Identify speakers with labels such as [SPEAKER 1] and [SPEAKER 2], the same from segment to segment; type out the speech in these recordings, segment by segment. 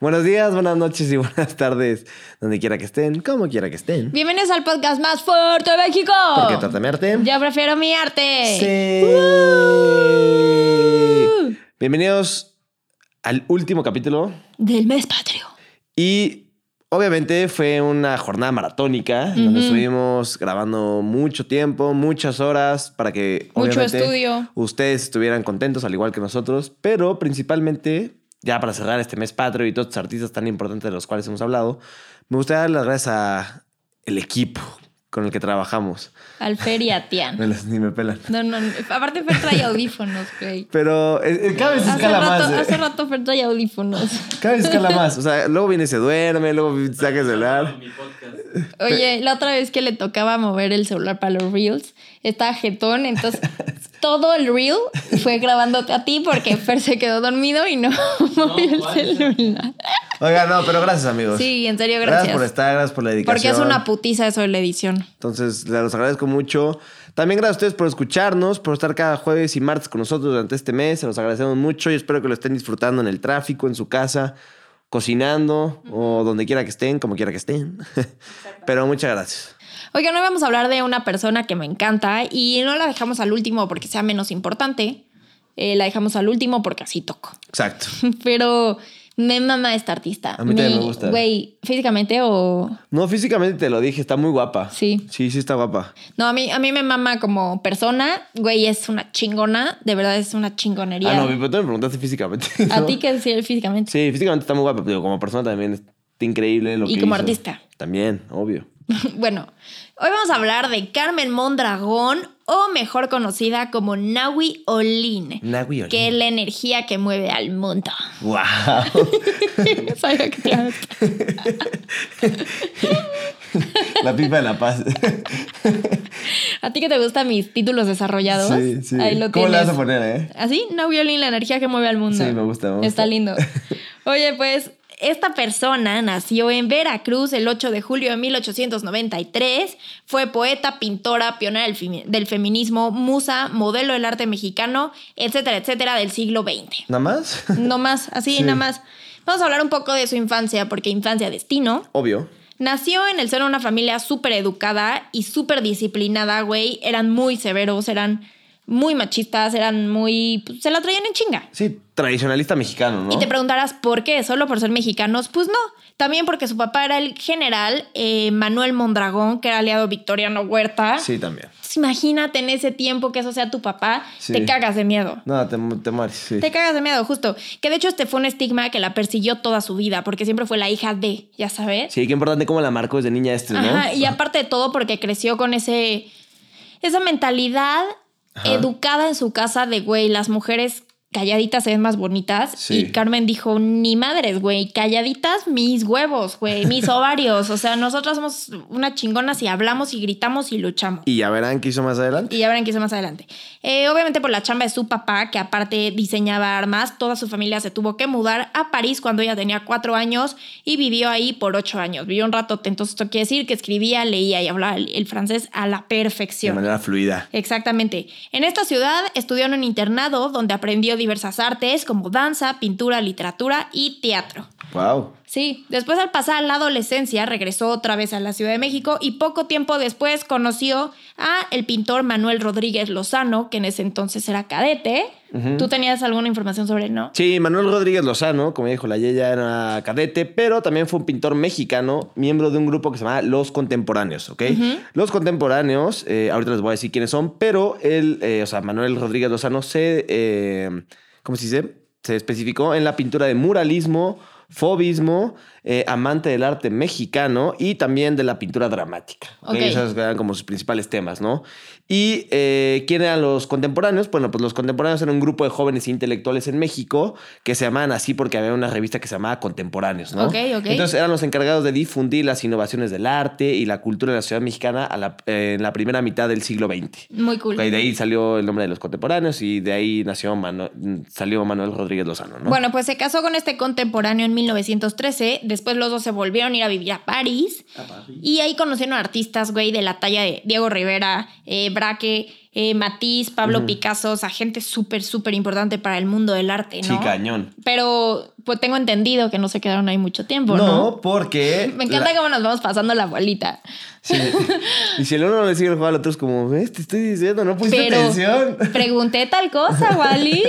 [SPEAKER 1] Buenos días, buenas noches y buenas tardes, donde quiera que estén, como quiera que estén.
[SPEAKER 2] Bienvenidos al podcast más fuerte de México.
[SPEAKER 1] Porque trata de arte.
[SPEAKER 2] Yo prefiero mi arte. Uh,
[SPEAKER 1] Sí.
[SPEAKER 2] ¡Woo!
[SPEAKER 1] Bienvenidos al último capítulo
[SPEAKER 2] Del mes patrio.
[SPEAKER 1] y obviamente fue una jornada maratónica en donde
[SPEAKER 2] Ujú.
[SPEAKER 1] estuvimos grabando mucho tiempo, muchas horas para que
[SPEAKER 2] Mucho
[SPEAKER 1] obviamente,
[SPEAKER 2] estudio.
[SPEAKER 1] ustedes estuvieran contentos al igual que nosotros, pero principalmente ya para cerrar este mes patrio y todos estos artistas tan importantes de los cuales hemos hablado, me gustaría dar las gracias a el equipo con el que trabajamos.
[SPEAKER 2] Al
[SPEAKER 1] Me
[SPEAKER 2] feriatian.
[SPEAKER 1] las- Ni me pelan.
[SPEAKER 2] No, no, no. aparte Fer trae audífonos, güey.
[SPEAKER 1] Pero eh, eh, cada vez
[SPEAKER 2] Hace
[SPEAKER 1] escala más.
[SPEAKER 2] rato,
[SPEAKER 1] eh.
[SPEAKER 2] hace rato Fer trae audífonos.
[SPEAKER 1] Cada vez escala más. O sea, luego viene y se duerme, luego saca el celular.
[SPEAKER 2] Oye, la otra vez que le tocaba mover el celular para los reels, estaba jetón, entonces todo el reel fue grabando a ti porque Fer se quedó dormido y no movió el celular.
[SPEAKER 1] Oiga, no, pero gracias, amigos.
[SPEAKER 2] Sí, en serio,
[SPEAKER 1] gracias.
[SPEAKER 2] gracias.
[SPEAKER 1] por estar, gracias por la dedicación.
[SPEAKER 2] porque es una putiza eso de la edición.
[SPEAKER 1] Entonces, les los agradezco mucho. También gracias a ustedes por escucharnos, por estar cada jueves y martes con nosotros durante este mes. Se los agradecemos mucho y espero que lo estén disfrutando en el tráfico, en su casa, cocinando o donde quiera que estén, como quiera que estén. Pero muchas gracias.
[SPEAKER 2] Oigan, hoy vamos a hablar de una persona que me encanta y no la dejamos al último porque sea menos importante. Eh, la dejamos al último porque así toco.
[SPEAKER 1] Exacto.
[SPEAKER 2] Pero me mama esta artista.
[SPEAKER 1] A mí también me gusta.
[SPEAKER 2] Güey, físicamente o...
[SPEAKER 1] No, físicamente te lo dije, está muy guapa.
[SPEAKER 2] Sí.
[SPEAKER 1] Sí, sí, está guapa.
[SPEAKER 2] No, a mí, a mí me mama como persona. Güey, es una chingona. De verdad es una chingonería.
[SPEAKER 1] Ah, no, pero tú me preguntaste físicamente.
[SPEAKER 2] A
[SPEAKER 1] ¿no?
[SPEAKER 2] ti que decir físicamente.
[SPEAKER 1] Sí, físicamente está muy guapa, pero como persona también está increíble lo
[SPEAKER 2] Y
[SPEAKER 1] que
[SPEAKER 2] como
[SPEAKER 1] hizo.
[SPEAKER 2] artista.
[SPEAKER 1] También, obvio.
[SPEAKER 2] bueno, hoy vamos a hablar de Carmen Mondragón, o mejor conocida como Nawi Olin.
[SPEAKER 1] Nahui Olin.
[SPEAKER 2] Que es la energía que mueve al mundo.
[SPEAKER 1] ¡Wow!
[SPEAKER 2] Sabía que te ibas.
[SPEAKER 1] la pipa de la paz.
[SPEAKER 2] A ti que te gustan mis títulos desarrollados.
[SPEAKER 1] sí, sí.
[SPEAKER 2] Ahí lo
[SPEAKER 1] ¿Cómo le vas
[SPEAKER 2] tienes.
[SPEAKER 1] a poner, eh?
[SPEAKER 2] Así, no violín, la energía que mueve al mundo.
[SPEAKER 1] Sí, me gusta, me gusta.
[SPEAKER 2] Está lindo. Oye, pues esta persona nació en Veracruz el 8 de julio de 1893. Fue poeta, pintora, pionera del, femi- del feminismo, musa, modelo del arte mexicano, etcétera, etcétera, del siglo XX.
[SPEAKER 1] ¿Nada más?
[SPEAKER 2] No más, así,
[SPEAKER 1] Sí.
[SPEAKER 2] nada más. Vamos a hablar un poco de su infancia, porque infancia destino.
[SPEAKER 1] Obvio.
[SPEAKER 2] Nació en el seno de una familia súper educada y súper disciplinada, güey. Eran muy severos, eran muy machistas, eran muy... pues, se la traían en chinga.
[SPEAKER 1] Sí, tradicionalista mexicano, ¿no?
[SPEAKER 2] Y te preguntarás por qué, solo por ser mexicanos. Pues no, también porque su papá era el general eh, Manuel Mondragón, que era aliado victoriano Huerta.
[SPEAKER 1] Sí, también.
[SPEAKER 2] Pues imagínate en ese tiempo que eso sea tu papá,
[SPEAKER 1] Sí.
[SPEAKER 2] te cagas de miedo.
[SPEAKER 1] No, te, te mueres, sí.
[SPEAKER 2] Te cagas de miedo, justo. Que de hecho este fue un estigma que la persiguió toda su vida, porque siempre fue la hija de, ya sabes.
[SPEAKER 1] Sí, qué importante cómo la marcó desde niña este, ¿no?
[SPEAKER 2] Ajá, y aparte de todo, porque creció con ese. esa mentalidad
[SPEAKER 1] Ajá.
[SPEAKER 2] educada en su casa de güey, las mujeres calladitas se ven más bonitas.
[SPEAKER 1] Sí.
[SPEAKER 2] Y Carmen dijo: ni madres, güey, calladitas mis huevos, güey, mis ovarios. O sea, nosotras somos unas chingonas y hablamos y gritamos y luchamos.
[SPEAKER 1] Y ya verán qué hizo más adelante.
[SPEAKER 2] Y ya verán qué hizo más adelante. Eh, obviamente por la chamba de su papá, que aparte diseñaba armas, toda su familia se tuvo que mudar a París cuando ella tenía cuatro años y vivió ahí por ocho años. Vivió un rato, entonces esto quiere decir que escribía, leía y hablaba el, el francés a la
[SPEAKER 1] De
[SPEAKER 2] perfección.
[SPEAKER 1] manera fluida.
[SPEAKER 2] Exactamente. En esta ciudad estudió en un internado donde aprendió diversas artes como danza, pintura, literatura y teatro.
[SPEAKER 1] Wow.
[SPEAKER 2] Sí, después al pasar la adolescencia regresó otra vez a la Ciudad de México y poco tiempo después conoció a el pintor Manuel Rodríguez Lozano, que en ese entonces era cadete.
[SPEAKER 1] Ujú.
[SPEAKER 2] ¿Tú tenías alguna información sobre él, no?
[SPEAKER 1] Sí, Manuel Rodríguez Lozano, como ya dijo la Yeya, era cadete, pero también fue un pintor mexicano, miembro de un grupo que se llama Los Contemporáneos, ¿ok? Los Contemporáneos, eh, ahorita les voy a decir quiénes son, pero él, eh, o sea, Manuel Rodríguez Lozano se, eh, ¿cómo se dice? Se especificó en la pintura de muralismo, fobismo, eh, amante del arte mexicano y también de la pintura dramática. ¿ok?
[SPEAKER 2] Ok.
[SPEAKER 1] Esas esos eran como sus principales temas, ¿no? Y eh, ¿quién eran los contemporáneos? Bueno, pues los contemporáneos eran un grupo de jóvenes intelectuales en México que se llamaban así porque había una revista que se llamaba Contemporáneos, ¿no?
[SPEAKER 2] Ok, ok.
[SPEAKER 1] Entonces eran los encargados de difundir las innovaciones del arte y la cultura de la ciudad mexicana a la- eh, en la primera mitad del siglo XX.
[SPEAKER 2] Muy cool.
[SPEAKER 1] Ok, de Pues ahí salió el nombre de los contemporáneos y de ahí nació Mano- salió Manuel Rodríguez Lozano, ¿no?
[SPEAKER 2] Bueno, pues se casó con este contemporáneo en 1913, después los dos se volvieron a ir a vivir a París. Y ahí conocieron a artistas, güey, de la talla de Diego Rivera, eh, Braque, eh, Matisse, Pablo
[SPEAKER 1] Ujú.
[SPEAKER 2] Picasso, o sea, gente súper, súper importante para el mundo del arte, ¿no?
[SPEAKER 1] Sí, cañón.
[SPEAKER 2] Pero pues tengo entendido que no se quedaron ahí mucho tiempo, ¿no?
[SPEAKER 1] no, porque.
[SPEAKER 2] Me encanta
[SPEAKER 1] la-
[SPEAKER 2] cómo nos vamos pasando la bolita.
[SPEAKER 1] Sí. y si el uno le sigue el juego al otro, es como, ¿ves? Te estoy diciendo, no pusiste
[SPEAKER 2] Pero
[SPEAKER 1] atención.
[SPEAKER 2] pregunté tal cosa, Wally.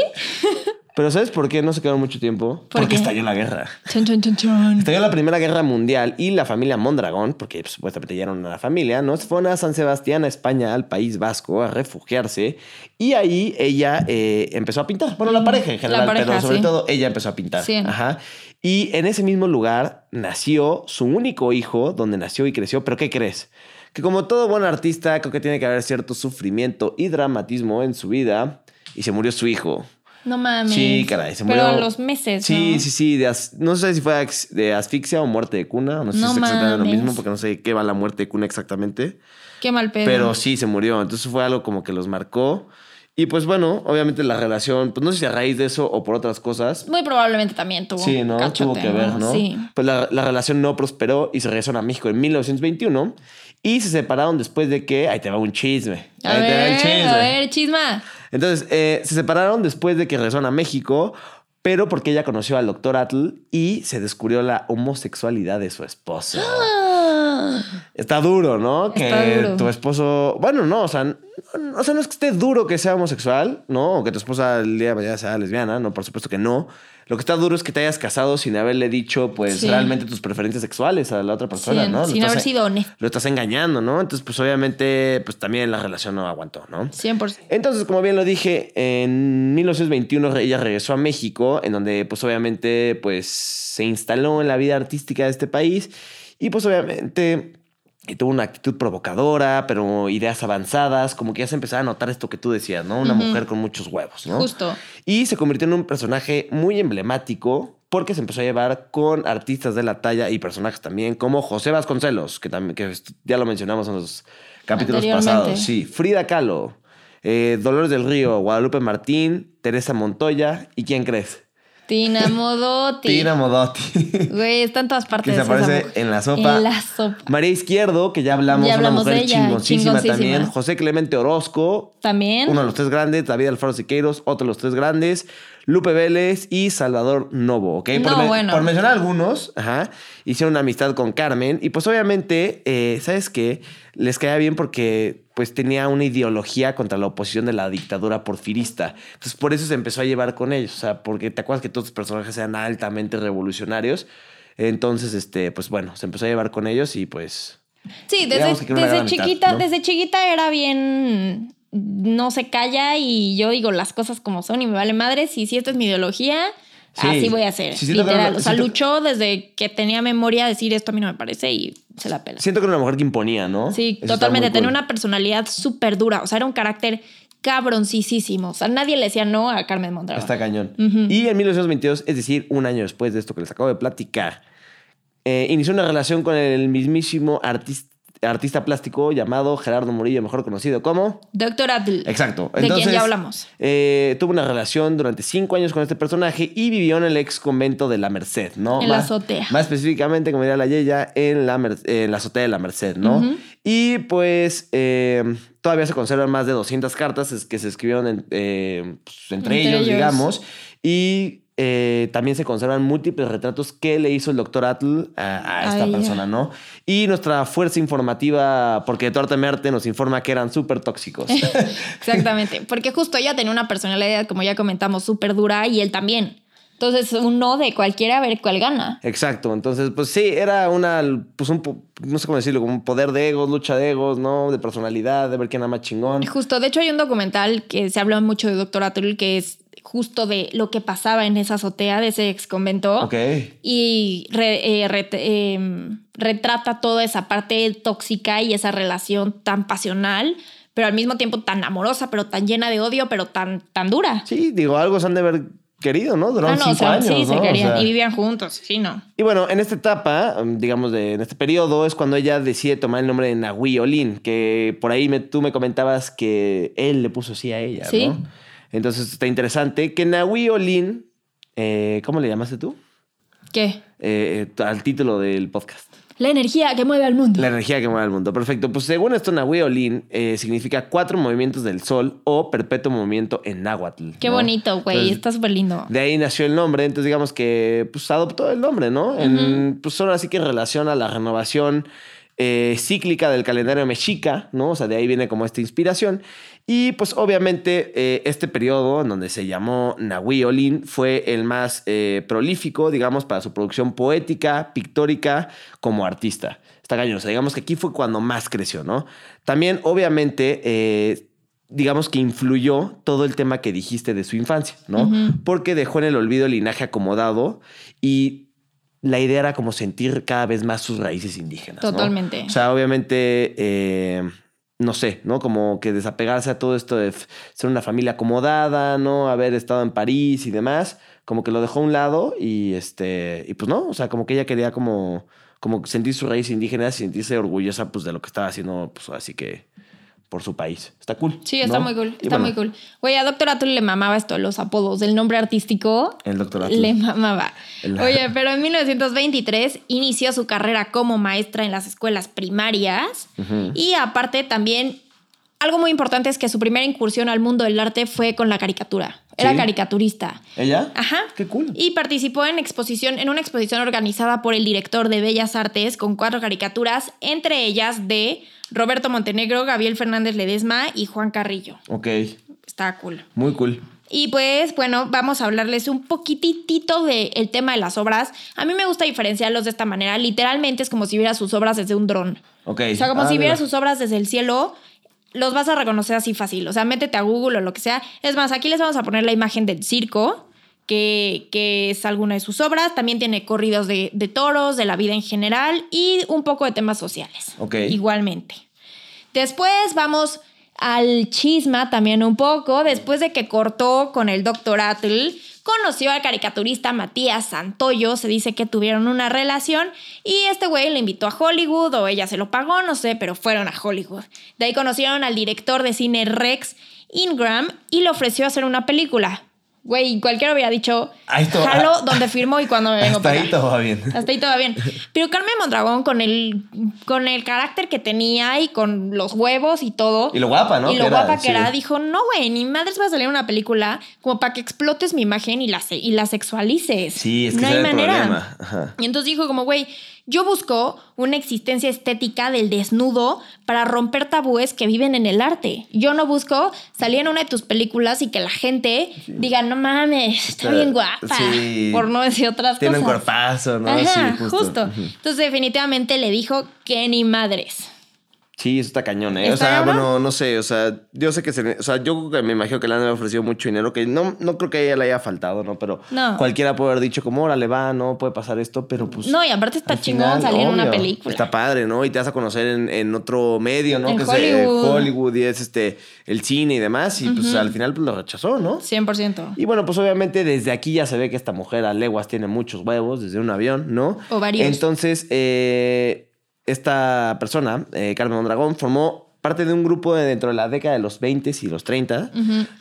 [SPEAKER 1] Pero ¿sabes por qué no se quedaron mucho tiempo?
[SPEAKER 2] ¿Por
[SPEAKER 1] porque
[SPEAKER 2] qué?
[SPEAKER 1] estalló la guerra.
[SPEAKER 2] chon, chon, chon, chon.
[SPEAKER 1] Estalló la Primera Guerra Mundial y la familia Mondragón, porque pues, supuestamente llegaron a la familia, ¿no? Se fueron a San Sebastián, a España, al País Vasco, a refugiarse. Y ahí ella eh, empezó a pintar. Bueno, la pareja en general,
[SPEAKER 2] Mm, pareja,
[SPEAKER 1] pero sobre
[SPEAKER 2] sí.
[SPEAKER 1] todo ella empezó a pintar.
[SPEAKER 2] Sí.
[SPEAKER 1] Ajá. Y en ese mismo lugar nació su único hijo, donde nació y creció. ¿Pero qué crees? Que como todo buen artista, creo que tiene que haber cierto sufrimiento y dramatismo en su vida. Y se murió su hijo.
[SPEAKER 2] No mames.
[SPEAKER 1] Sí, caray, se
[SPEAKER 2] Pero
[SPEAKER 1] murió.
[SPEAKER 2] a los meses.
[SPEAKER 1] Sí,
[SPEAKER 2] ¿no?
[SPEAKER 1] sí, sí. de as- no sé si fue ax- de asfixia o muerte de cuna. No sé si
[SPEAKER 2] No
[SPEAKER 1] es exactamente lo
[SPEAKER 2] mames.
[SPEAKER 1] mismo, porque no sé qué va la muerte de cuna exactamente.
[SPEAKER 2] Qué mal pedo.
[SPEAKER 1] Pero, sí, se murió. Entonces fue algo como que los marcó. Y pues bueno, obviamente la relación, pues no sé si a raíz de eso o por otras cosas.
[SPEAKER 2] Muy probablemente también tuvo.
[SPEAKER 1] Sí, ¿no?
[SPEAKER 2] cachote,
[SPEAKER 1] Tuvo que ver, ¿no?
[SPEAKER 2] Sí.
[SPEAKER 1] Pues la, la relación no prosperó y se regresaron a México en 1921 y se separaron después de que. Ahí te va un chisme.
[SPEAKER 2] A
[SPEAKER 1] ahí te va el
[SPEAKER 2] ver,
[SPEAKER 1] chisme.
[SPEAKER 2] a ver, chisma.
[SPEAKER 1] Entonces, eh, se separaron después de que regresaron a México, pero porque ella conoció al doctor Atl y se descubrió la homosexualidad de su esposo. Está duro, ¿no? Que
[SPEAKER 2] Está duro.
[SPEAKER 1] tu esposo. Bueno, no, o sea, no, o sea, no es que esté duro que sea homosexual, ¿no? O que tu esposa el día de mañana sea lesbiana, no, por supuesto que no. Lo que está duro es que te hayas casado sin haberle dicho, pues,
[SPEAKER 2] Sí.
[SPEAKER 1] realmente tus preferencias sexuales a la otra persona, Pues
[SPEAKER 2] sin
[SPEAKER 1] ¿no? Lo
[SPEAKER 2] sin
[SPEAKER 1] estás-
[SPEAKER 2] haber sido honesto.
[SPEAKER 1] Lo estás engañando, ¿no? Entonces, pues, obviamente, pues también la relación no aguantó, ¿no?
[SPEAKER 2] 100%.
[SPEAKER 1] Entonces, como bien lo dije, en 1921 ella regresó a México, en donde pues obviamente pues se instaló en la vida artística de este país y pues obviamente eh, tuvo una actitud provocadora, pero ideas avanzadas, como que ya se empezaba a notar esto que tú decías, ¿no? Una
[SPEAKER 2] Ujú.
[SPEAKER 1] mujer con muchos huevos, ¿no?
[SPEAKER 2] Justo.
[SPEAKER 1] Y se convirtió en un personaje muy emblemático porque se empezó a llevar con artistas de la talla y personajes también como José Vasconcelos, que, también, que est- ya lo mencionamos en los capítulos
[SPEAKER 2] Anteriormente.
[SPEAKER 1] pasados. Sí, Frida Kahlo, eh, Dolores del Río, Guadalupe Martín, Teresa Montoya y ¿quién crees?
[SPEAKER 2] Tina Modotti.
[SPEAKER 1] Tina Modotti,
[SPEAKER 2] Güey, está en todas partes.
[SPEAKER 1] que se
[SPEAKER 2] esa
[SPEAKER 1] aparece
[SPEAKER 2] mujer.
[SPEAKER 1] en la sopa.
[SPEAKER 2] En la sopa.
[SPEAKER 1] María Izquierdo, que ya hablamos,
[SPEAKER 2] Ya hablamos
[SPEAKER 1] una
[SPEAKER 2] de
[SPEAKER 1] mujer
[SPEAKER 2] ella,
[SPEAKER 1] chingoncísima también.
[SPEAKER 2] chingoncísima.
[SPEAKER 1] José Clemente Orozco,
[SPEAKER 2] También.
[SPEAKER 1] uno de los tres grandes, David Alfaro Siqueiros, otro de los tres grandes, Lupe Vélez y Salvador Novo, ¿ok? Por,
[SPEAKER 2] No, bueno.
[SPEAKER 1] por mencionar algunos, ajá, hicieron una amistad con Carmen y pues obviamente, eh, ¿sabes qué? Les caía bien porque pues tenía una ideología contra la oposición de la dictadura porfirista. Entonces por eso se empezó a llevar con ellos, o sea, porque te acuerdas que todos los personajes eran altamente revolucionarios. Entonces, este, pues bueno, se empezó a llevar con ellos y pues...
[SPEAKER 2] Sí, desde,
[SPEAKER 1] Digamos que era una
[SPEAKER 2] desde
[SPEAKER 1] gran amistad,
[SPEAKER 2] chiquita,
[SPEAKER 1] ¿no?
[SPEAKER 2] desde chiquita era bien no se calla y yo digo las cosas como son y me vale madre. Si, si esta es mi ideología,
[SPEAKER 1] Sí.
[SPEAKER 2] así voy a hacer.
[SPEAKER 1] Sí, siento que
[SPEAKER 2] literal.
[SPEAKER 1] era-
[SPEAKER 2] o sea,
[SPEAKER 1] siento-
[SPEAKER 2] luchó desde que tenía memoria decir esto a mí no me parece y se la pela. Sí,
[SPEAKER 1] Siento que era una mujer que imponía, ¿no? Eso está muy
[SPEAKER 2] totalmente. Tenía
[SPEAKER 1] cool.
[SPEAKER 2] una personalidad súper dura. O sea, era un carácter cabroncísimo. O sea, nadie le decía no a Carmen Mondragón.
[SPEAKER 1] Está cañón.
[SPEAKER 2] Ujú.
[SPEAKER 1] Y en 1922, es decir, un año después de esto que les acabo de platicar, eh, inició una relación con el mismísimo artis- artista plástico llamado Gerardo Murillo, mejor conocido como...
[SPEAKER 2] Doctor Adl.
[SPEAKER 1] Exacto.
[SPEAKER 2] De quien ya hablamos.
[SPEAKER 1] eh, tuvo una relación durante cinco años con este personaje y vivió en el ex convento de la Merced, ¿no?
[SPEAKER 2] En la azotea.
[SPEAKER 1] Más específicamente, como diría la Yeya, en la, Mer- en la azotea de la Merced, ¿no?
[SPEAKER 2] Ujú.
[SPEAKER 1] Y pues eh, todavía se conservan más de 200 cartas es- que se escribieron en- eh, pues, entre,
[SPEAKER 2] Entre
[SPEAKER 1] ellos,
[SPEAKER 2] ellos.
[SPEAKER 1] digamos. Y eh, también se conservan múltiples retratos que le hizo el doctor Atl a, a esta
[SPEAKER 2] Ay, ya.
[SPEAKER 1] persona, ¿no? Y nuestra fuerza informativa, porque Torte Merte nos informa que eran súper tóxicos.
[SPEAKER 2] Exactamente, porque justo ella tenía una personalidad, como ya comentamos, súper dura y él también. Entonces, un no de cualquiera a ver cuál gana.
[SPEAKER 1] Exacto, entonces pues sí, era una, pues un, po- no sé cómo decirlo, como un poder de egos, lucha de egos, ¿no? De personalidad, de ver quién era más chingón.
[SPEAKER 2] Justo, de hecho hay un documental que se habla mucho de Doctor Atul, que es justo de lo que pasaba en esa azotea de ese ex convento.
[SPEAKER 1] Ok.
[SPEAKER 2] Y re- eh, ret- eh, retrata toda esa parte tóxica y esa relación tan pasional, pero al mismo tiempo tan amorosa, pero tan llena de odio, pero tan, tan dura.
[SPEAKER 1] Sí, digo, algo se han de haber querido, ¿no?
[SPEAKER 2] Ah,
[SPEAKER 1] Durante
[SPEAKER 2] no, o
[SPEAKER 1] cinco
[SPEAKER 2] sea,
[SPEAKER 1] años.
[SPEAKER 2] sí, se
[SPEAKER 1] ¿no? O
[SPEAKER 2] querían
[SPEAKER 1] sea,
[SPEAKER 2] y vivían juntos, sí, no.
[SPEAKER 1] y bueno, en esta etapa, mm, digamos, de, en este periodo, es cuando ella decide tomar el nombre de Nahui Olin, que por ahí me- tú me comentabas que él le puso sí a ella,
[SPEAKER 2] Sí.
[SPEAKER 1] ¿no? Entonces está interesante que Nahui Olin, eh, ¿cómo le llamaste tú?
[SPEAKER 2] ¿Qué?
[SPEAKER 1] eh, eh, al título del podcast.
[SPEAKER 2] La energía que mueve al mundo.
[SPEAKER 1] La energía que mueve al mundo. Perfecto. Pues según esto, Nahui Olin eh, significa cuatro movimientos del sol o perpetuo movimiento en náhuatl.
[SPEAKER 2] Qué
[SPEAKER 1] ¿no?
[SPEAKER 2] bonito, güey.
[SPEAKER 1] Entonces,
[SPEAKER 2] Está súper lindo.
[SPEAKER 1] De ahí nació el nombre, entonces digamos que pues adoptó el nombre, ¿no? En, pues ahora sí que relaciona la renovación eh, cíclica del calendario mexica, ¿no? O sea, de ahí viene como esta inspiración. Y pues obviamente eh, este periodo en donde se llamó Nahui Olin fue el más eh, prolífico, digamos, para su producción poética, pictórica, como artista. Está cañón, o sea, digamos que aquí fue cuando más creció, ¿no? También obviamente... eh, digamos que influyó todo el tema que dijiste de su infancia, ¿no? Porque dejó en el olvido el linaje acomodado y la idea era como sentir cada vez más sus raíces indígenas. ¿no?
[SPEAKER 2] Totalmente.
[SPEAKER 1] O sea, obviamente, eh, no sé, ¿no? Como que desapegarse a todo esto de f- ser una familia acomodada, ¿no? Haber estado en París y demás, como que lo dejó a un lado y este, y pues no, o sea, como que ella quería como, como sentir sus raíces indígenas y sentirse orgullosa pues de lo que estaba haciendo, pues así que por su país. Está cool.
[SPEAKER 2] Sí, está
[SPEAKER 1] ¿no?
[SPEAKER 2] muy cool.
[SPEAKER 1] Y
[SPEAKER 2] Está
[SPEAKER 1] bueno,
[SPEAKER 2] muy cool. Güey, a Doctor Atul le mamaba esto, los apodos. El nombre artístico
[SPEAKER 1] El doctorado.
[SPEAKER 2] le mamaba.
[SPEAKER 1] El-
[SPEAKER 2] Oye, pero en 1923 inició su carrera como maestra en las escuelas primarias.
[SPEAKER 1] Ujú.
[SPEAKER 2] Y aparte también, algo muy importante es que su primera incursión al mundo del arte fue con la caricatura. Era
[SPEAKER 1] Sí.
[SPEAKER 2] caricaturista.
[SPEAKER 1] ¿Ella?
[SPEAKER 2] Ajá.
[SPEAKER 1] Qué cool.
[SPEAKER 2] Y participó en exposición, en una exposición organizada por el director de Bellas Artes con cuatro caricaturas, entre ellas de Roberto Montenegro, Gabriel Fernández Ledesma y Juan Carrillo.
[SPEAKER 1] Ok,
[SPEAKER 2] Está cool.
[SPEAKER 1] muy cool.
[SPEAKER 2] Y pues bueno, vamos a hablarles un poquitito del tema de las obras. A mí me gusta diferenciarlos de esta manera. Literalmente es como si viera sus obras desde un dron.
[SPEAKER 1] Ok.
[SPEAKER 2] O sea, como
[SPEAKER 1] Ah,
[SPEAKER 2] si
[SPEAKER 1] mira.
[SPEAKER 2] vieras sus obras desde el cielo, los vas a reconocer así fácil. O sea, métete a Google o lo que sea. Es más, aquí les vamos a poner la imagen del circo, que, que es alguna de sus obras. También tiene corridos de, de toros, de la vida en general y un poco de temas sociales.
[SPEAKER 1] Ok.
[SPEAKER 2] Igualmente. Después vamos al chisma también un poco. Después de que cortó con el doctor Atle, conoció al caricaturista Matías Santoyo. Se dice que tuvieron una relación y este güey le invitó a Hollywood o ella se lo pagó, no sé, pero fueron a Hollywood. De ahí conocieron al director de cine Rex Ingram y le ofreció hacer una película. Güey, cualquiera hubiera dicho,
[SPEAKER 1] Ahí to-
[SPEAKER 2] jalo donde firmo y cuando me vengo
[SPEAKER 1] Hasta
[SPEAKER 2] para
[SPEAKER 1] ahí
[SPEAKER 2] acá".
[SPEAKER 1] todo va bien.
[SPEAKER 2] Hasta ahí todo bien. Pero Carmen Mondragón, con el, con el carácter que tenía y con los huevos y todo.
[SPEAKER 1] Y lo guapa, ¿no?
[SPEAKER 2] Y
[SPEAKER 1] Que
[SPEAKER 2] lo
[SPEAKER 1] era,
[SPEAKER 2] guapa que
[SPEAKER 1] sí.
[SPEAKER 2] era, dijo: No, güey, ni madres va a salir una película como para que explotes mi imagen y la, se- y la sexualices.
[SPEAKER 1] Sí, es que
[SPEAKER 2] no
[SPEAKER 1] ese
[SPEAKER 2] hay
[SPEAKER 1] era el
[SPEAKER 2] manera.
[SPEAKER 1] problema. Ajá.
[SPEAKER 2] Y entonces dijo como, güey, yo busco una existencia estética del desnudo para romper tabúes que viven en el arte. Yo no busco salir en una de tus películas y que la gente diga, no mames, está
[SPEAKER 1] Está-
[SPEAKER 2] bien guapa,
[SPEAKER 1] sí.
[SPEAKER 2] por no decir otras
[SPEAKER 1] Tiene un
[SPEAKER 2] cosas.
[SPEAKER 1] cuerpazo, ¿no?
[SPEAKER 2] Ajá,
[SPEAKER 1] sí,
[SPEAKER 2] justo.
[SPEAKER 1] justo.
[SPEAKER 2] Entonces definitivamente le dijo que ni madres.
[SPEAKER 1] Sí, eso está cañón, ¿eh? o
[SPEAKER 2] ¿Está
[SPEAKER 1] sea,
[SPEAKER 2] cabrón?
[SPEAKER 1] bueno, no sé, o sea, yo sé que se... O sea, yo creo que me imagino que le han ofrecido mucho dinero, que no, no creo que a ella le haya faltado, ¿no? Pero
[SPEAKER 2] No.
[SPEAKER 1] cualquiera puede haber dicho como, órale, va, no, puede pasar esto, pero pues...
[SPEAKER 2] No, y aparte está
[SPEAKER 1] al
[SPEAKER 2] chingón
[SPEAKER 1] final,
[SPEAKER 2] salir en una
[SPEAKER 1] obvio,
[SPEAKER 2] película.
[SPEAKER 1] Está padre, ¿no? Y te vas a conocer en, en otro medio, ¿no?
[SPEAKER 2] En
[SPEAKER 1] que es eh,
[SPEAKER 2] Hollywood.
[SPEAKER 1] Hollywood y es este, el cine y demás, y pues al final pues lo rechazó, ¿no?
[SPEAKER 2] 100%.
[SPEAKER 1] Y bueno, pues obviamente desde aquí ya se ve que esta mujer a leguas tiene muchos huevos desde un avión, ¿no?
[SPEAKER 2] O varios.
[SPEAKER 1] Entonces, eh, esta persona, eh, Carmen Mondragón, formó parte de un grupo de dentro de la década de los 20 y los 30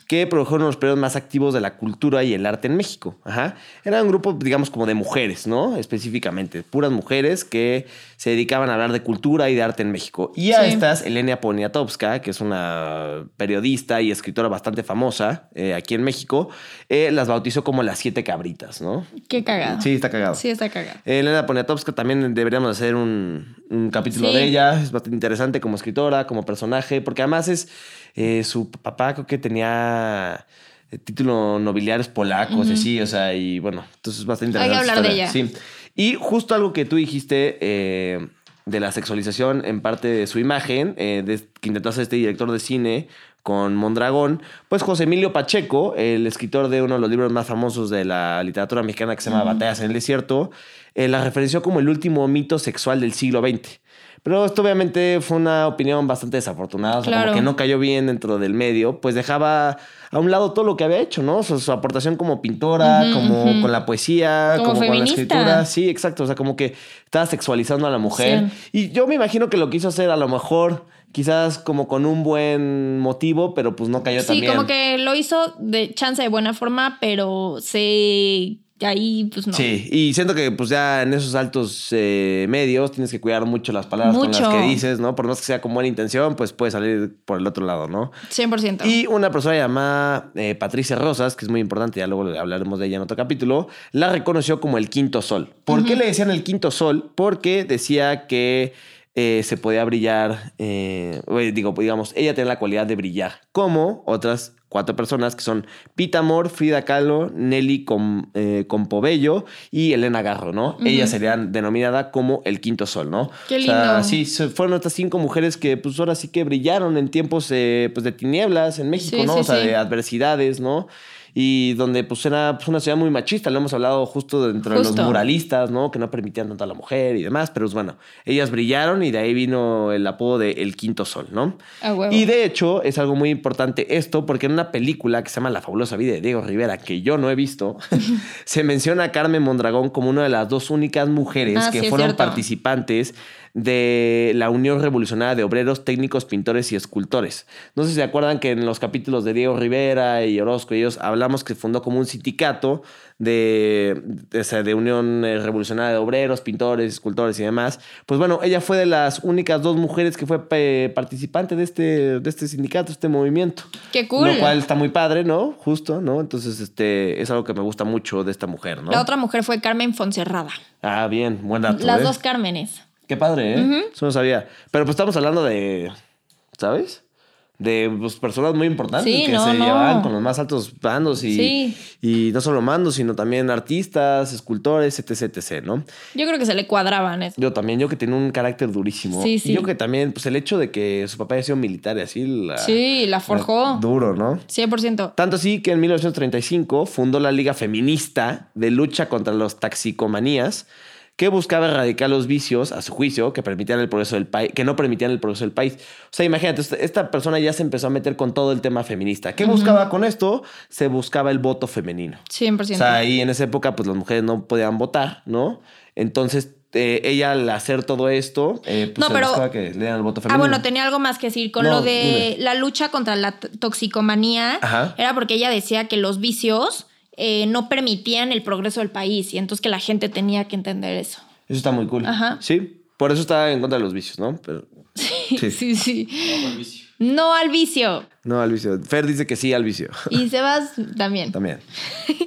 [SPEAKER 1] que produjeron los periodos más activos de la cultura y el arte en México. Ajá. Era un grupo, digamos, como de mujeres, ¿no? Específicamente, puras mujeres que se dedicaban a hablar de cultura y de arte en México. Y a
[SPEAKER 2] Sí.
[SPEAKER 1] esta estas, Elenia Poniatowska, que es una periodista y escritora bastante famosa eh, aquí en México, eh, las bautizó como las siete cabritas, ¿no?
[SPEAKER 2] Qué cagado.
[SPEAKER 1] Sí, está cagado.
[SPEAKER 2] Sí, está cagado.
[SPEAKER 1] Elena Eh, Poniatowska también deberíamos hacer un, un capítulo
[SPEAKER 2] Sí.
[SPEAKER 1] de ella. Es bastante interesante como escritora, como personaje, porque además es eh, su papá, creo que tenía eh, título nobiliarios polacos, y así, o sea, y bueno, entonces es bastante
[SPEAKER 2] Hay que
[SPEAKER 1] interesante. su
[SPEAKER 2] hablar de
[SPEAKER 1] historia, Sí. Y justo algo que tú dijiste eh, de la sexualización en parte de su imagen, eh, de- que intentó hacer este director de cine con Mondragón, pues José Emilio Pacheco, el escritor de uno de los libros más famosos de la literatura mexicana que se llama Batallas en el Desierto, eh, la referenció como el último mito sexual del siglo XX. Pero esto obviamente fue una opinión bastante desafortunada, o sea, como
[SPEAKER 2] Claro.
[SPEAKER 1] que no cayó bien dentro del medio, pues dejaba a un lado todo lo que había hecho, ¿no? O sea, su aportación como pintora,
[SPEAKER 2] Ujú,
[SPEAKER 1] como
[SPEAKER 2] ujú.
[SPEAKER 1] con la poesía,
[SPEAKER 2] Como
[SPEAKER 1] como, con la
[SPEAKER 2] feminista.
[SPEAKER 1] escritura. Sí, exacto. O sea, como que estaba sexualizando a la mujer. Y yo me imagino que lo quiso hacer a lo mejor, quizás como con un buen motivo, pero pues no cayó
[SPEAKER 2] Sí,
[SPEAKER 1] también.
[SPEAKER 2] como que lo hizo de chance de buena forma, pero se Y ahí, pues no.
[SPEAKER 1] Sí, y siento que pues ya en esos altos eh, medios tienes que cuidar mucho las palabras con
[SPEAKER 2] Mucho.
[SPEAKER 1] las que dices, ¿no? Por más que sea con buena intención, pues puede salir por el otro lado, ¿no?
[SPEAKER 2] 100%.
[SPEAKER 1] Y una persona llamada eh, Patricia Rosas, que es muy importante, ya luego le hablaremos de ella en otro capítulo, la reconoció como el quinto sol. ¿Por qué le decían el quinto sol? Porque decía que eh, se podía brillar, eh, oye, digo, digamos, ella tenía la cualidad de brillar, como otras cuatro personas que son Pita Amor, Frida Kahlo, Nelly Com- eh, Compovello y Elena Garro, ¿no? Ellas serían denominada como el quinto sol, ¿no?
[SPEAKER 2] Qué
[SPEAKER 1] O sea,
[SPEAKER 2] lindo.
[SPEAKER 1] sí, y se fueron estas cinco mujeres que pues ahora sí que brillaron en tiempos eh, pues, de tinieblas en México,
[SPEAKER 2] Sí,
[SPEAKER 1] ¿no?
[SPEAKER 2] sí,
[SPEAKER 1] o sea,
[SPEAKER 2] sí.
[SPEAKER 1] de adversidades, ¿no? Y donde pues era pues, una ciudad muy machista, lo hemos hablado justo dentro de
[SPEAKER 2] Justo.
[SPEAKER 1] los muralistas, ¿no? Que no permitían tanto a la mujer y demás, pero pues, bueno, ellas brillaron y de ahí vino el apodo de El Quinto Sol, ¿no?
[SPEAKER 2] A huevo.
[SPEAKER 1] Y de hecho es algo muy importante esto porque en una película que se llama La fabulosa vida de Diego Rivera, que yo no he visto, se menciona a Carmen Mondragón como una de las dos únicas mujeres
[SPEAKER 2] Ah,
[SPEAKER 1] que
[SPEAKER 2] sí, es
[SPEAKER 1] fueron
[SPEAKER 2] cierto.
[SPEAKER 1] participantes de la Unión Revolucionaria de Obreros, Técnicos, Pintores y Escultores. No sé si se acuerdan que en los capítulos de Diego Rivera y Orozco y ellos hablamos que fundó como un sindicato de, de, o sea, de Unión eh, Revolucionaria de Obreros, Pintores, Escultores y demás. Pues bueno, ella fue de las únicas dos mujeres que fue eh, participante de este, de este sindicato, este movimiento.
[SPEAKER 2] Qué cool.
[SPEAKER 1] Lo cual está muy padre, ¿no? Justo, ¿no? Entonces, este, es algo que me gusta mucho de esta mujer, ¿no?
[SPEAKER 2] La otra mujer fue Carmen Fonserrada.
[SPEAKER 1] Ah, bien, buen dato.
[SPEAKER 2] Las
[SPEAKER 1] ¿eh?
[SPEAKER 2] dos Cármenes.
[SPEAKER 1] Qué padre, ¿eh? Eso no sabía. Pero pues estamos hablando de, ¿sabes? De pues, personas muy importantes
[SPEAKER 2] Sí,
[SPEAKER 1] que
[SPEAKER 2] no,
[SPEAKER 1] se
[SPEAKER 2] no.
[SPEAKER 1] llevaban con los más altos mandos y,
[SPEAKER 2] Sí.
[SPEAKER 1] y no solo mandos, sino también artistas, escultores, etc, etc, ¿no?
[SPEAKER 2] Yo creo que se le cuadraban ¿eh? eso.
[SPEAKER 1] Yo también, yo que tenía un carácter durísimo.
[SPEAKER 2] Sí,
[SPEAKER 1] Y
[SPEAKER 2] sí.
[SPEAKER 1] yo que también, pues el hecho de que su papá haya sido militar y así... La,
[SPEAKER 2] Sí, la forjó.
[SPEAKER 1] Duro, ¿no?
[SPEAKER 2] 100%.
[SPEAKER 1] Tanto así que en 1935 fundó la Liga Feminista de Lucha contra los Taxicomanías, que buscaba erradicar los vicios, a su juicio, que, permitían el progreso del país, que no permitían el progreso del país. O sea, imagínate, esta- esta persona ya se empezó a meter con todo el tema feminista. ¿Qué buscaba con esto? Se buscaba el voto femenino.
[SPEAKER 2] 100%.
[SPEAKER 1] O sea, ahí en esa época, pues las mujeres no podían votar, ¿no? Entonces, eh, ella al hacer todo esto, eh, pues
[SPEAKER 2] No,
[SPEAKER 1] se
[SPEAKER 2] pero-
[SPEAKER 1] buscaba que le dieran el voto
[SPEAKER 2] Ah,
[SPEAKER 1] femenino.
[SPEAKER 2] bueno, tenía algo más que decir. Con
[SPEAKER 1] No,
[SPEAKER 2] lo de la lucha contra la t- toxicomanía,
[SPEAKER 1] Ajá.
[SPEAKER 2] era porque ella decía que los vicios eh, no permitían el progreso del país y entonces que la gente tenía que entender eso.
[SPEAKER 1] Eso está muy cool.
[SPEAKER 2] Ajá.
[SPEAKER 1] Sí. Por eso está en contra de los vicios, ¿no? Pero... Sí.
[SPEAKER 2] sí, sí. No al vicio.
[SPEAKER 1] No, al vicio. Fer dice que sí al vicio.
[SPEAKER 2] Y Sebas también.
[SPEAKER 1] También.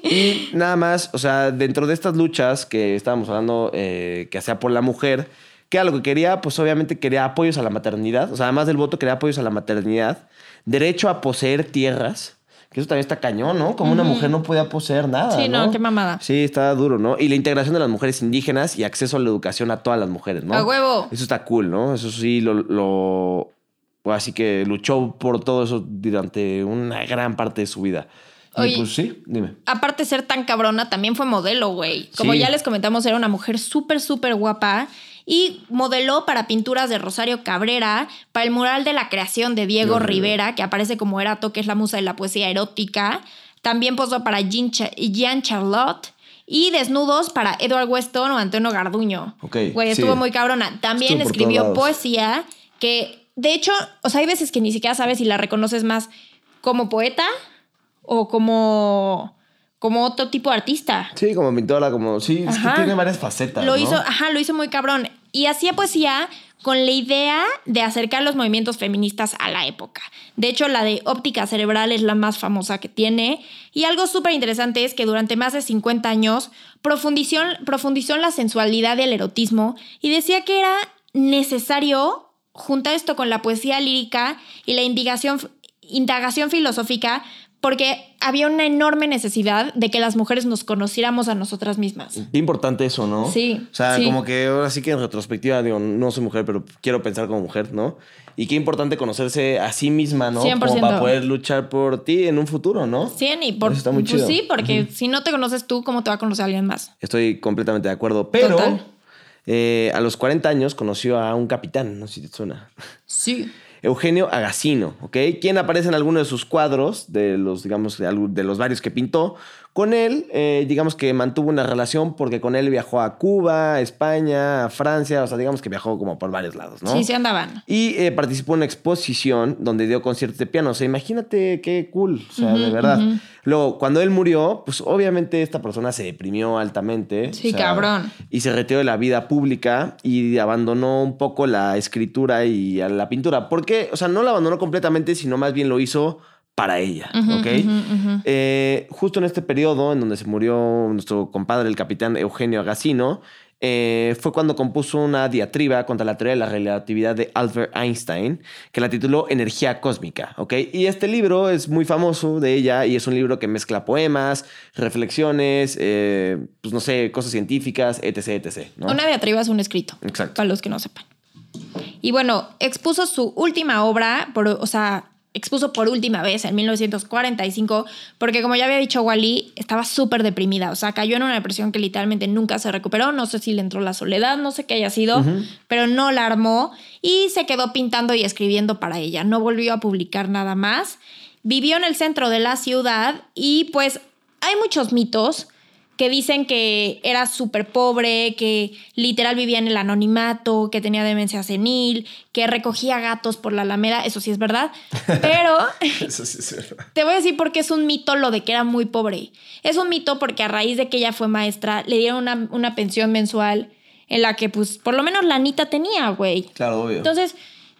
[SPEAKER 1] Y nada más, o sea, dentro de estas luchas que estábamos hablando eh, que hacía por la mujer, que era lo que quería, pues obviamente quería apoyos a la maternidad, o sea, además del voto, quería apoyos a la maternidad, derecho a poseer tierras, que eso también está cañón, ¿no? Como una mujer no podía poseer nada.
[SPEAKER 2] Sí, no, qué mamada.
[SPEAKER 1] Sí, está duro, ¿no? Y la integración de las mujeres indígenas y acceso a la educación a todas las mujeres, ¿no?
[SPEAKER 2] A huevo.
[SPEAKER 1] Eso está cool, ¿no? Eso sí, lo, lo- pues, Así que luchó por todo eso durante una gran parte de su vida. Y
[SPEAKER 2] Oye.
[SPEAKER 1] pues sí, dime.
[SPEAKER 2] Aparte de ser tan cabrona, también fue modelo, güey. Como
[SPEAKER 1] Sí.
[SPEAKER 2] ya les comentamos, era una mujer súper, súper guapa y modeló para pinturas de Rosario Cabrera, para el mural de la creación de Diego
[SPEAKER 1] Diego Rivera.
[SPEAKER 2] Rivera, que aparece como Erato, que es la musa de la poesía erótica. También posó para Jean, Cha- Jean Charlotte y desnudos para Edward Weston o Antonio Garduño.
[SPEAKER 1] Ok,
[SPEAKER 2] Güey,
[SPEAKER 1] sí.
[SPEAKER 2] estuvo muy cabrona. También
[SPEAKER 1] Estuvo por
[SPEAKER 2] escribió
[SPEAKER 1] todos lados.
[SPEAKER 2] poesía que, de hecho, o sea, hay veces que ni siquiera sabes si la reconoces más como poeta o como, como otro tipo de artista.
[SPEAKER 1] Sí, como pintora, como. Sí, es
[SPEAKER 2] Ajá.
[SPEAKER 1] que tiene varias facetas.
[SPEAKER 2] Lo
[SPEAKER 1] ¿no?
[SPEAKER 2] hizo, ah. ajá, lo hizo muy cabrón. Y hacía poesía con la idea de acercar los movimientos feministas a la época. De hecho, la de óptica cerebral es la más famosa que tiene. Y algo súper interesante es que durante más de 50 años profundizó, profundizó en la sensualidad y el erotismo y decía que era necesario juntar esto con la poesía lírica y la indicación indagación filosófica porque había una enorme necesidad de que las mujeres nos conociéramos a nosotras mismas.
[SPEAKER 1] Qué importante eso, ¿no?
[SPEAKER 2] Sí,
[SPEAKER 1] O sea,
[SPEAKER 2] sí.
[SPEAKER 1] como que ahora sí que en retrospectiva, digo, no soy mujer, pero quiero pensar como mujer, ¿no? Y qué importante conocerse a sí misma, ¿no? Como
[SPEAKER 2] 100%.
[SPEAKER 1] para poder luchar por ti en un futuro, ¿no?
[SPEAKER 2] 100 y por
[SPEAKER 1] Eso está muy
[SPEAKER 2] pues
[SPEAKER 1] chido.
[SPEAKER 2] sí, porque si no te conoces tú, ¿cómo te va a conocer alguien más?
[SPEAKER 1] Estoy completamente de acuerdo. Pero
[SPEAKER 2] Total.
[SPEAKER 1] eh, a los 40 años conoció a un capitán, no sé si te suena.
[SPEAKER 2] Sí.
[SPEAKER 1] Eugenio Agassino, ¿ok? Quien aparece en alguno de sus cuadros, de los, digamos, de algu- de los varios que pintó, Con él, eh, digamos que mantuvo una relación porque con él viajó a Cuba, a España, a Francia, o sea, digamos que viajó como por varios lados, ¿no?
[SPEAKER 2] Sí, sí andaban.
[SPEAKER 1] Y eh, participó en una exposición donde dio conciertos de piano. O sea, imagínate qué cool, o sea, de
[SPEAKER 2] Ujú,
[SPEAKER 1] verdad.
[SPEAKER 2] ujú.
[SPEAKER 1] Luego, cuando él murió, pues obviamente esta persona se deprimió altamente.
[SPEAKER 2] Sí,
[SPEAKER 1] o sea,
[SPEAKER 2] cabrón.
[SPEAKER 1] Y se retiró de la vida pública y abandonó un poco la escritura y a la pintura. Porque, o sea, no la abandonó completamente, sino más bien lo hizo para ella,
[SPEAKER 2] Ujú,
[SPEAKER 1] ¿ok?
[SPEAKER 2] ujú, ujú.
[SPEAKER 1] Eh, justo en este periodo en donde se murió nuestro compadre, el capitán Eugenio Agassino, eh, fue cuando compuso una diatriba contra la teoría de la relatividad de Albert Einstein, que la tituló Energía Cósmica, ¿ok? Y este libro es muy famoso de ella y es un libro que mezcla poemas, reflexiones, eh, pues no sé, cosas científicas, etc, etc, ¿no?
[SPEAKER 2] Una diatriba es un escrito.
[SPEAKER 1] Exacto.
[SPEAKER 2] Para los que no sepan. Y bueno, expuso su última obra, por, o sea, expuso por última vez en 1945, porque como ya había dicho Wally, estaba súper deprimida, o sea, cayó en una depresión que literalmente nunca se recuperó, no sé si le entró la soledad, no sé qué haya sido, pero no la armó y se quedó pintando y escribiendo para ella, no volvió a publicar nada más, vivió en el centro de la ciudad y pues hay muchos mitos que dicen que era súper pobre, que literal vivía en el anonimato, que tenía demencia senil, que recogía gatos por la alameda, eso sí es verdad, pero
[SPEAKER 1] Eso sí es verdad.
[SPEAKER 2] te voy a decir por qué es un mito lo de que era muy pobre. Es un mito porque a raíz de que ella fue maestra, le dieron una, una pensión mensual en la que pues por lo menos la Anita tenía, güey.
[SPEAKER 1] Claro, obvio.
[SPEAKER 2] Entonces,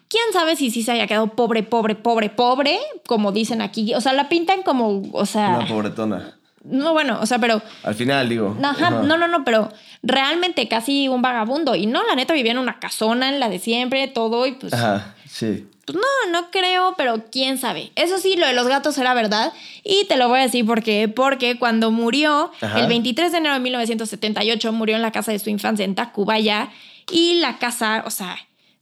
[SPEAKER 2] quién sabe si sí se haya quedado pobre, pobre, pobre, pobre, como dicen aquí. O sea, la pintan como, o sea,
[SPEAKER 1] Una pobretona.
[SPEAKER 2] no bueno, o sea, pero
[SPEAKER 1] Al final, digo.
[SPEAKER 2] no, ajá,
[SPEAKER 1] Ajá.
[SPEAKER 2] no, no, no, pero realmente casi un vagabundo. Y no, la neta vivía en una casona, en la de siempre, todo, y pues,
[SPEAKER 1] Ajá, sí.
[SPEAKER 2] pues no, no creo, pero quién sabe. Eso sí, lo de los gatos era verdad. Y te lo voy a decir porque, porque cuando murió,
[SPEAKER 1] Ajá.
[SPEAKER 2] el 23 de enero de 1978, murió en la casa de su infancia en Tacubaya. Y la casa, o sea,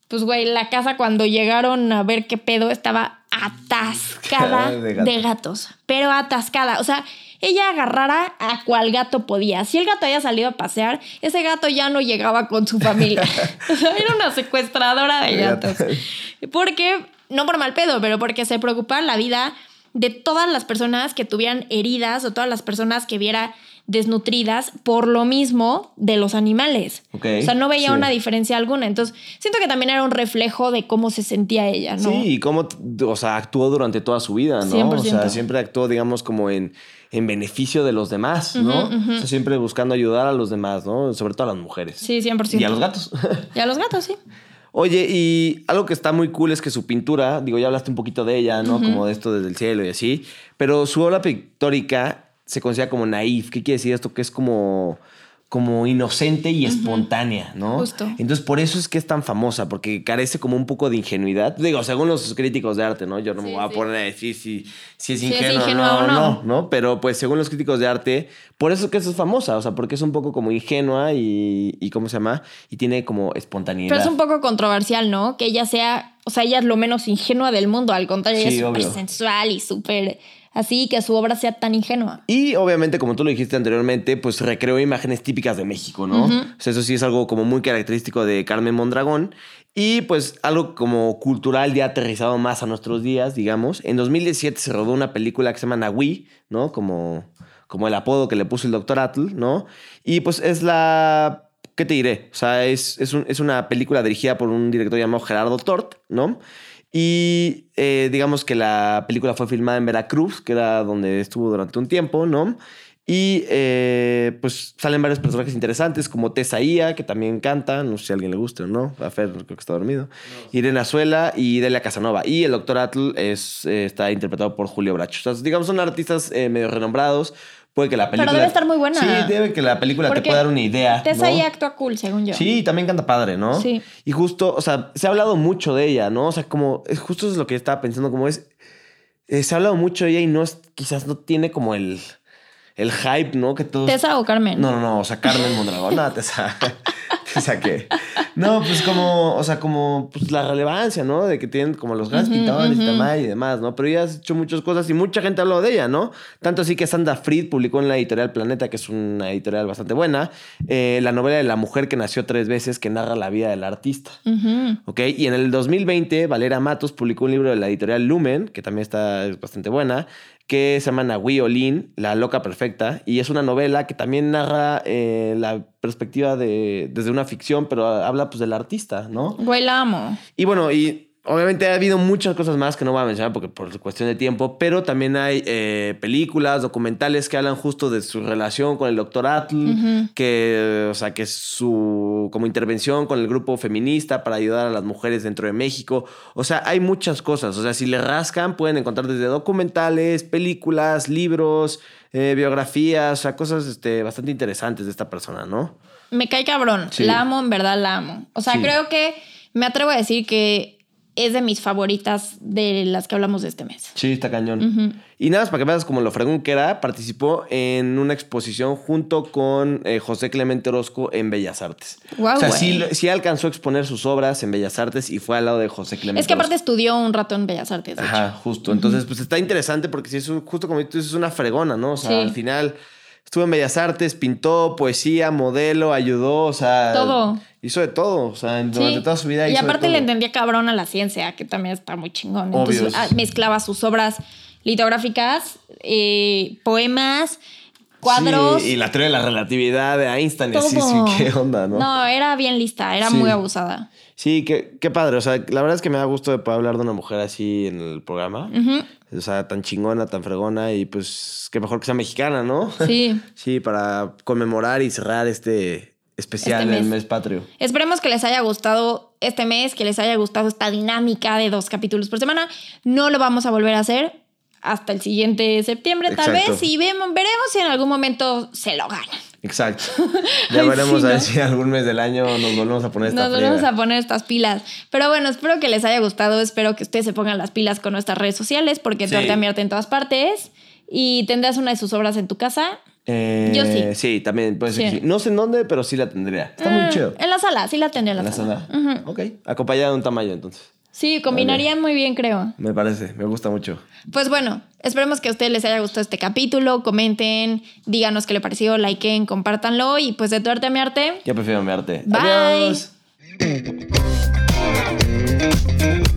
[SPEAKER 2] pues güey, la casa cuando llegaron a ver qué pedo estaba atascada
[SPEAKER 1] De gatos.
[SPEAKER 2] de gatos, pero atascada. O sea, ella agarrara a cual gato podía. Si el gato había salido a pasear, ese gato ya no llegaba con su familia. O sea, era una secuestradora de
[SPEAKER 1] De gatos.
[SPEAKER 2] gatos. Porque, no por mal pedo, pero porque se preocupaba la vida de todas las personas que tuvieran heridas o todas las personas que viera desnutridas por lo mismo de los animales.
[SPEAKER 1] Ok,
[SPEAKER 2] O sea, no veía
[SPEAKER 1] sí.
[SPEAKER 2] una diferencia alguna. Entonces, siento que también era un reflejo de cómo se sentía ella, Ah, ¿no?
[SPEAKER 1] Sí, y cómo, o sea, actuó durante toda su vida, ¿no? O sea,
[SPEAKER 2] 100%.
[SPEAKER 1] siempre actuó, digamos, como en, en beneficio de los demás, ¿no?
[SPEAKER 2] Ujú, ujú.
[SPEAKER 1] O sea, siempre buscando ayudar a los demás, ¿no? Sobre todo a las mujeres.
[SPEAKER 2] Sí, 100%.
[SPEAKER 1] Y a los gatos.
[SPEAKER 2] Y a los gatos, sí.
[SPEAKER 1] Oye, y algo que está muy cool es que su pintura, digo, ya hablaste un poquito de ella, ¿no? Como de esto desde el cielo y así, pero su obra pictórica se considera como naif. ¿Qué quiere decir esto? Que es como, como inocente y espontánea, ¿no?
[SPEAKER 2] Justo.
[SPEAKER 1] Entonces, por eso es que es tan famosa, porque carece como un poco de ingenuidad. Digo, según los críticos de arte, ¿no? Yo no me
[SPEAKER 2] Sí,
[SPEAKER 1] voy a
[SPEAKER 2] sí.
[SPEAKER 1] poner a decir si, si es
[SPEAKER 2] Si es
[SPEAKER 1] ingenuo o
[SPEAKER 2] ingenua
[SPEAKER 1] no,
[SPEAKER 2] o no.
[SPEAKER 1] no, ¿no? Pero pues según los críticos de arte, por eso es que es famosa, o sea, porque es un poco como ingenua y, y ¿cómo se llama? Y tiene como espontaneidad.
[SPEAKER 2] Pero es un poco controversial, ¿no? Que ella sea, o sea, ella es lo menos ingenua del mundo, al contrario,
[SPEAKER 1] Sí,
[SPEAKER 2] ella es súper
[SPEAKER 1] obvio.
[SPEAKER 2] sensual y súper así, que su obra sea tan ingenua.
[SPEAKER 1] Y obviamente, como tú lo dijiste anteriormente, pues recreó imágenes típicas de México, ¿no?
[SPEAKER 2] Ujú.
[SPEAKER 1] O sea, eso sí es algo como muy característico de Carmen Mondragón. Y pues algo como cultural ya aterrizado más a nuestros días, digamos. En 2017 se rodó una película que se llama Nahui, ¿no? Como, como el apodo que le puso el doctor Atl, ¿no? Y pues es la... ¿Qué te diré? O sea, es, es, un- es una película dirigida por un director llamado Gerardo Tort, ¿no? Y eh, digamos que la película fue filmada en Veracruz, que era donde estuvo durante un tiempo, ¿no? Y eh, pues salen varios personajes interesantes, como Tesaía, que también canta, no sé si a alguien le gusta o no, a Fer creo que está dormido, Irene Azuela y Delia Casanova. Y el doctor Atl es, eh, está interpretado por Julio Bracho. O sea, digamos, son artistas eh, medio renombrados. Puede que la
[SPEAKER 2] Pero
[SPEAKER 1] película.
[SPEAKER 2] debe estar muy buena.
[SPEAKER 1] Sí, debe que la película te
[SPEAKER 2] Porque
[SPEAKER 1] pueda dar una idea.
[SPEAKER 2] Tessa
[SPEAKER 1] Ah, ¿no?
[SPEAKER 2] ahí actúa cool, según yo.
[SPEAKER 1] Sí, y también canta padre, ¿no?
[SPEAKER 2] Sí.
[SPEAKER 1] Y justo, o sea, se ha hablado mucho de ella, ¿no? O sea, como, es justo es lo que yo estaba pensando, como es, eh, se ha hablado mucho de ella y no es, quizás no tiene como el, el hype, ¿no? Que todos...
[SPEAKER 2] Tessa o Carmen.
[SPEAKER 1] No, no, no, o sea, Carmen Mondragón, nada, Tessa. O sea que, no, pues como, o sea, como pues la relevancia, ¿no? De que tienen como los grandes pintores y Tamay y demás, ¿no? Pero ella ha hecho muchas cosas y mucha gente ha hablado de ella, ¿no? Tanto así que Sandra Fried publicó en la editorial Planeta, que es una editorial bastante buena, eh, la novela de la mujer que nació tres veces, que narra la vida del artista.
[SPEAKER 2] Ujú.
[SPEAKER 1] ¿Ok? Y en el 2020, Valera Matos publicó un libro de la editorial Lumen, que también está es bastante buena, que se llama Nahui Olin, La Loca Perfecta, y es una novela que también narra eh, la perspectiva de, desde una ficción, pero habla pues del artista, ¿no?
[SPEAKER 2] Güey, la amo.
[SPEAKER 1] Y bueno, y obviamente ha habido muchas cosas más que no voy a mencionar porque por cuestión de tiempo, pero también hay eh, películas, documentales que hablan justo de su relación con el doctor Atl, que, o sea, que es su como intervención con el grupo feminista para ayudar a las mujeres dentro de México. O sea, hay muchas cosas. O sea, si le rascan, pueden encontrar desde documentales, películas, libros, eh, biografías, o sea, cosas este, bastante interesantes de esta persona, ¿no?
[SPEAKER 2] Me cae cabrón.
[SPEAKER 1] Sí.
[SPEAKER 2] La amo, en verdad la amo. O sea,
[SPEAKER 1] Sí.
[SPEAKER 2] creo que me atrevo a decir que es de mis favoritas de las que hablamos de este mes.
[SPEAKER 1] Sí, está cañón. Y nada más para que veas como lo fregón que era, participó en una exposición junto con eh, José Clemente Orozco en Bellas Artes.
[SPEAKER 2] Guau,
[SPEAKER 1] o sea,
[SPEAKER 2] güey.
[SPEAKER 1] sí, sí alcanzó a exponer sus obras en Bellas Artes y fue al lado de José Clemente
[SPEAKER 2] Es que aparte
[SPEAKER 1] Orozco.
[SPEAKER 2] estudió un rato en Bellas Artes. de
[SPEAKER 1] Ajá, justo. Entonces, pues está interesante porque si es un- justo como tú dices, es una fregona, ¿no? O sea,
[SPEAKER 2] Sí.
[SPEAKER 1] al final estuvo en Bellas Artes, pintó, poesía, modelo, ayudó, o sea.
[SPEAKER 2] Todo.
[SPEAKER 1] Hizo de todo, o sea,
[SPEAKER 2] hecho.
[SPEAKER 1] durante
[SPEAKER 2] Sí.
[SPEAKER 1] toda su vida
[SPEAKER 2] y
[SPEAKER 1] hizo de
[SPEAKER 2] aparte le
[SPEAKER 1] todo.
[SPEAKER 2] entendía cabrón a la ciencia, que también está muy chingón.
[SPEAKER 1] Obvio, sí,
[SPEAKER 2] Entonces ah,
[SPEAKER 1] sí.
[SPEAKER 2] mezclaba sus obras litográficas, eh, poemas, cuadros.
[SPEAKER 1] Sí, y la teoría de la relatividad de Einstein, sí, sí,
[SPEAKER 2] todo.
[SPEAKER 1] qué onda, ¿no?
[SPEAKER 2] No, era bien lista, era
[SPEAKER 1] Sí.
[SPEAKER 2] muy abusada.
[SPEAKER 1] Sí, qué, qué padre. O sea, la verdad es que me da gusto de poder hablar de una mujer así en el programa. O sea, tan chingona, tan fregona y pues qué mejor que sea mexicana, ¿no?
[SPEAKER 2] Sí.
[SPEAKER 1] Sí, para conmemorar y cerrar este especial
[SPEAKER 2] Este
[SPEAKER 1] del
[SPEAKER 2] mes.
[SPEAKER 1] mes patrio.
[SPEAKER 2] Esperemos que les haya gustado este mes, que les haya gustado esta dinámica de dos capítulos por semana. No lo vamos a volver a hacer hasta el siguiente septiembre, tal
[SPEAKER 1] Exacto.
[SPEAKER 2] vez, y vemos, veremos si en algún momento se lo ganan.
[SPEAKER 1] Exacto. Ya
[SPEAKER 2] Ay,
[SPEAKER 1] veremos
[SPEAKER 2] sí,
[SPEAKER 1] a ver
[SPEAKER 2] ¿no?
[SPEAKER 1] si algún mes del año nos volvemos a poner esta
[SPEAKER 2] Nos volvemos
[SPEAKER 1] friega.
[SPEAKER 2] a poner estas pilas. Pero bueno, espero que les haya gustado. Espero que ustedes se pongan las pilas con nuestras redes sociales, porque
[SPEAKER 1] Sí.
[SPEAKER 2] Torta Mierda en todas partes. Y tendrás una de sus obras en tu casa.
[SPEAKER 1] Eh,
[SPEAKER 2] Yo sí.
[SPEAKER 1] Sí, también puede ser
[SPEAKER 2] Sí.
[SPEAKER 1] que sí. No sé en dónde, pero sí la tendría. Está
[SPEAKER 2] Mm,
[SPEAKER 1] muy chido.
[SPEAKER 2] En la sala, sí la tendré en la,
[SPEAKER 1] En la
[SPEAKER 2] sala.
[SPEAKER 1] sala. Ok. Acompañada de un tamaño, entonces.
[SPEAKER 2] Sí, combinarían muy bien, creo.
[SPEAKER 1] Me parece, me gusta mucho.
[SPEAKER 2] Pues bueno, esperemos que a ustedes les haya gustado este capítulo. Comenten, díganos qué les pareció, likeen, compártanlo. Y pues de tu arte a mi arte.
[SPEAKER 1] Yo prefiero mi arte.
[SPEAKER 2] Bye.
[SPEAKER 1] Adiós.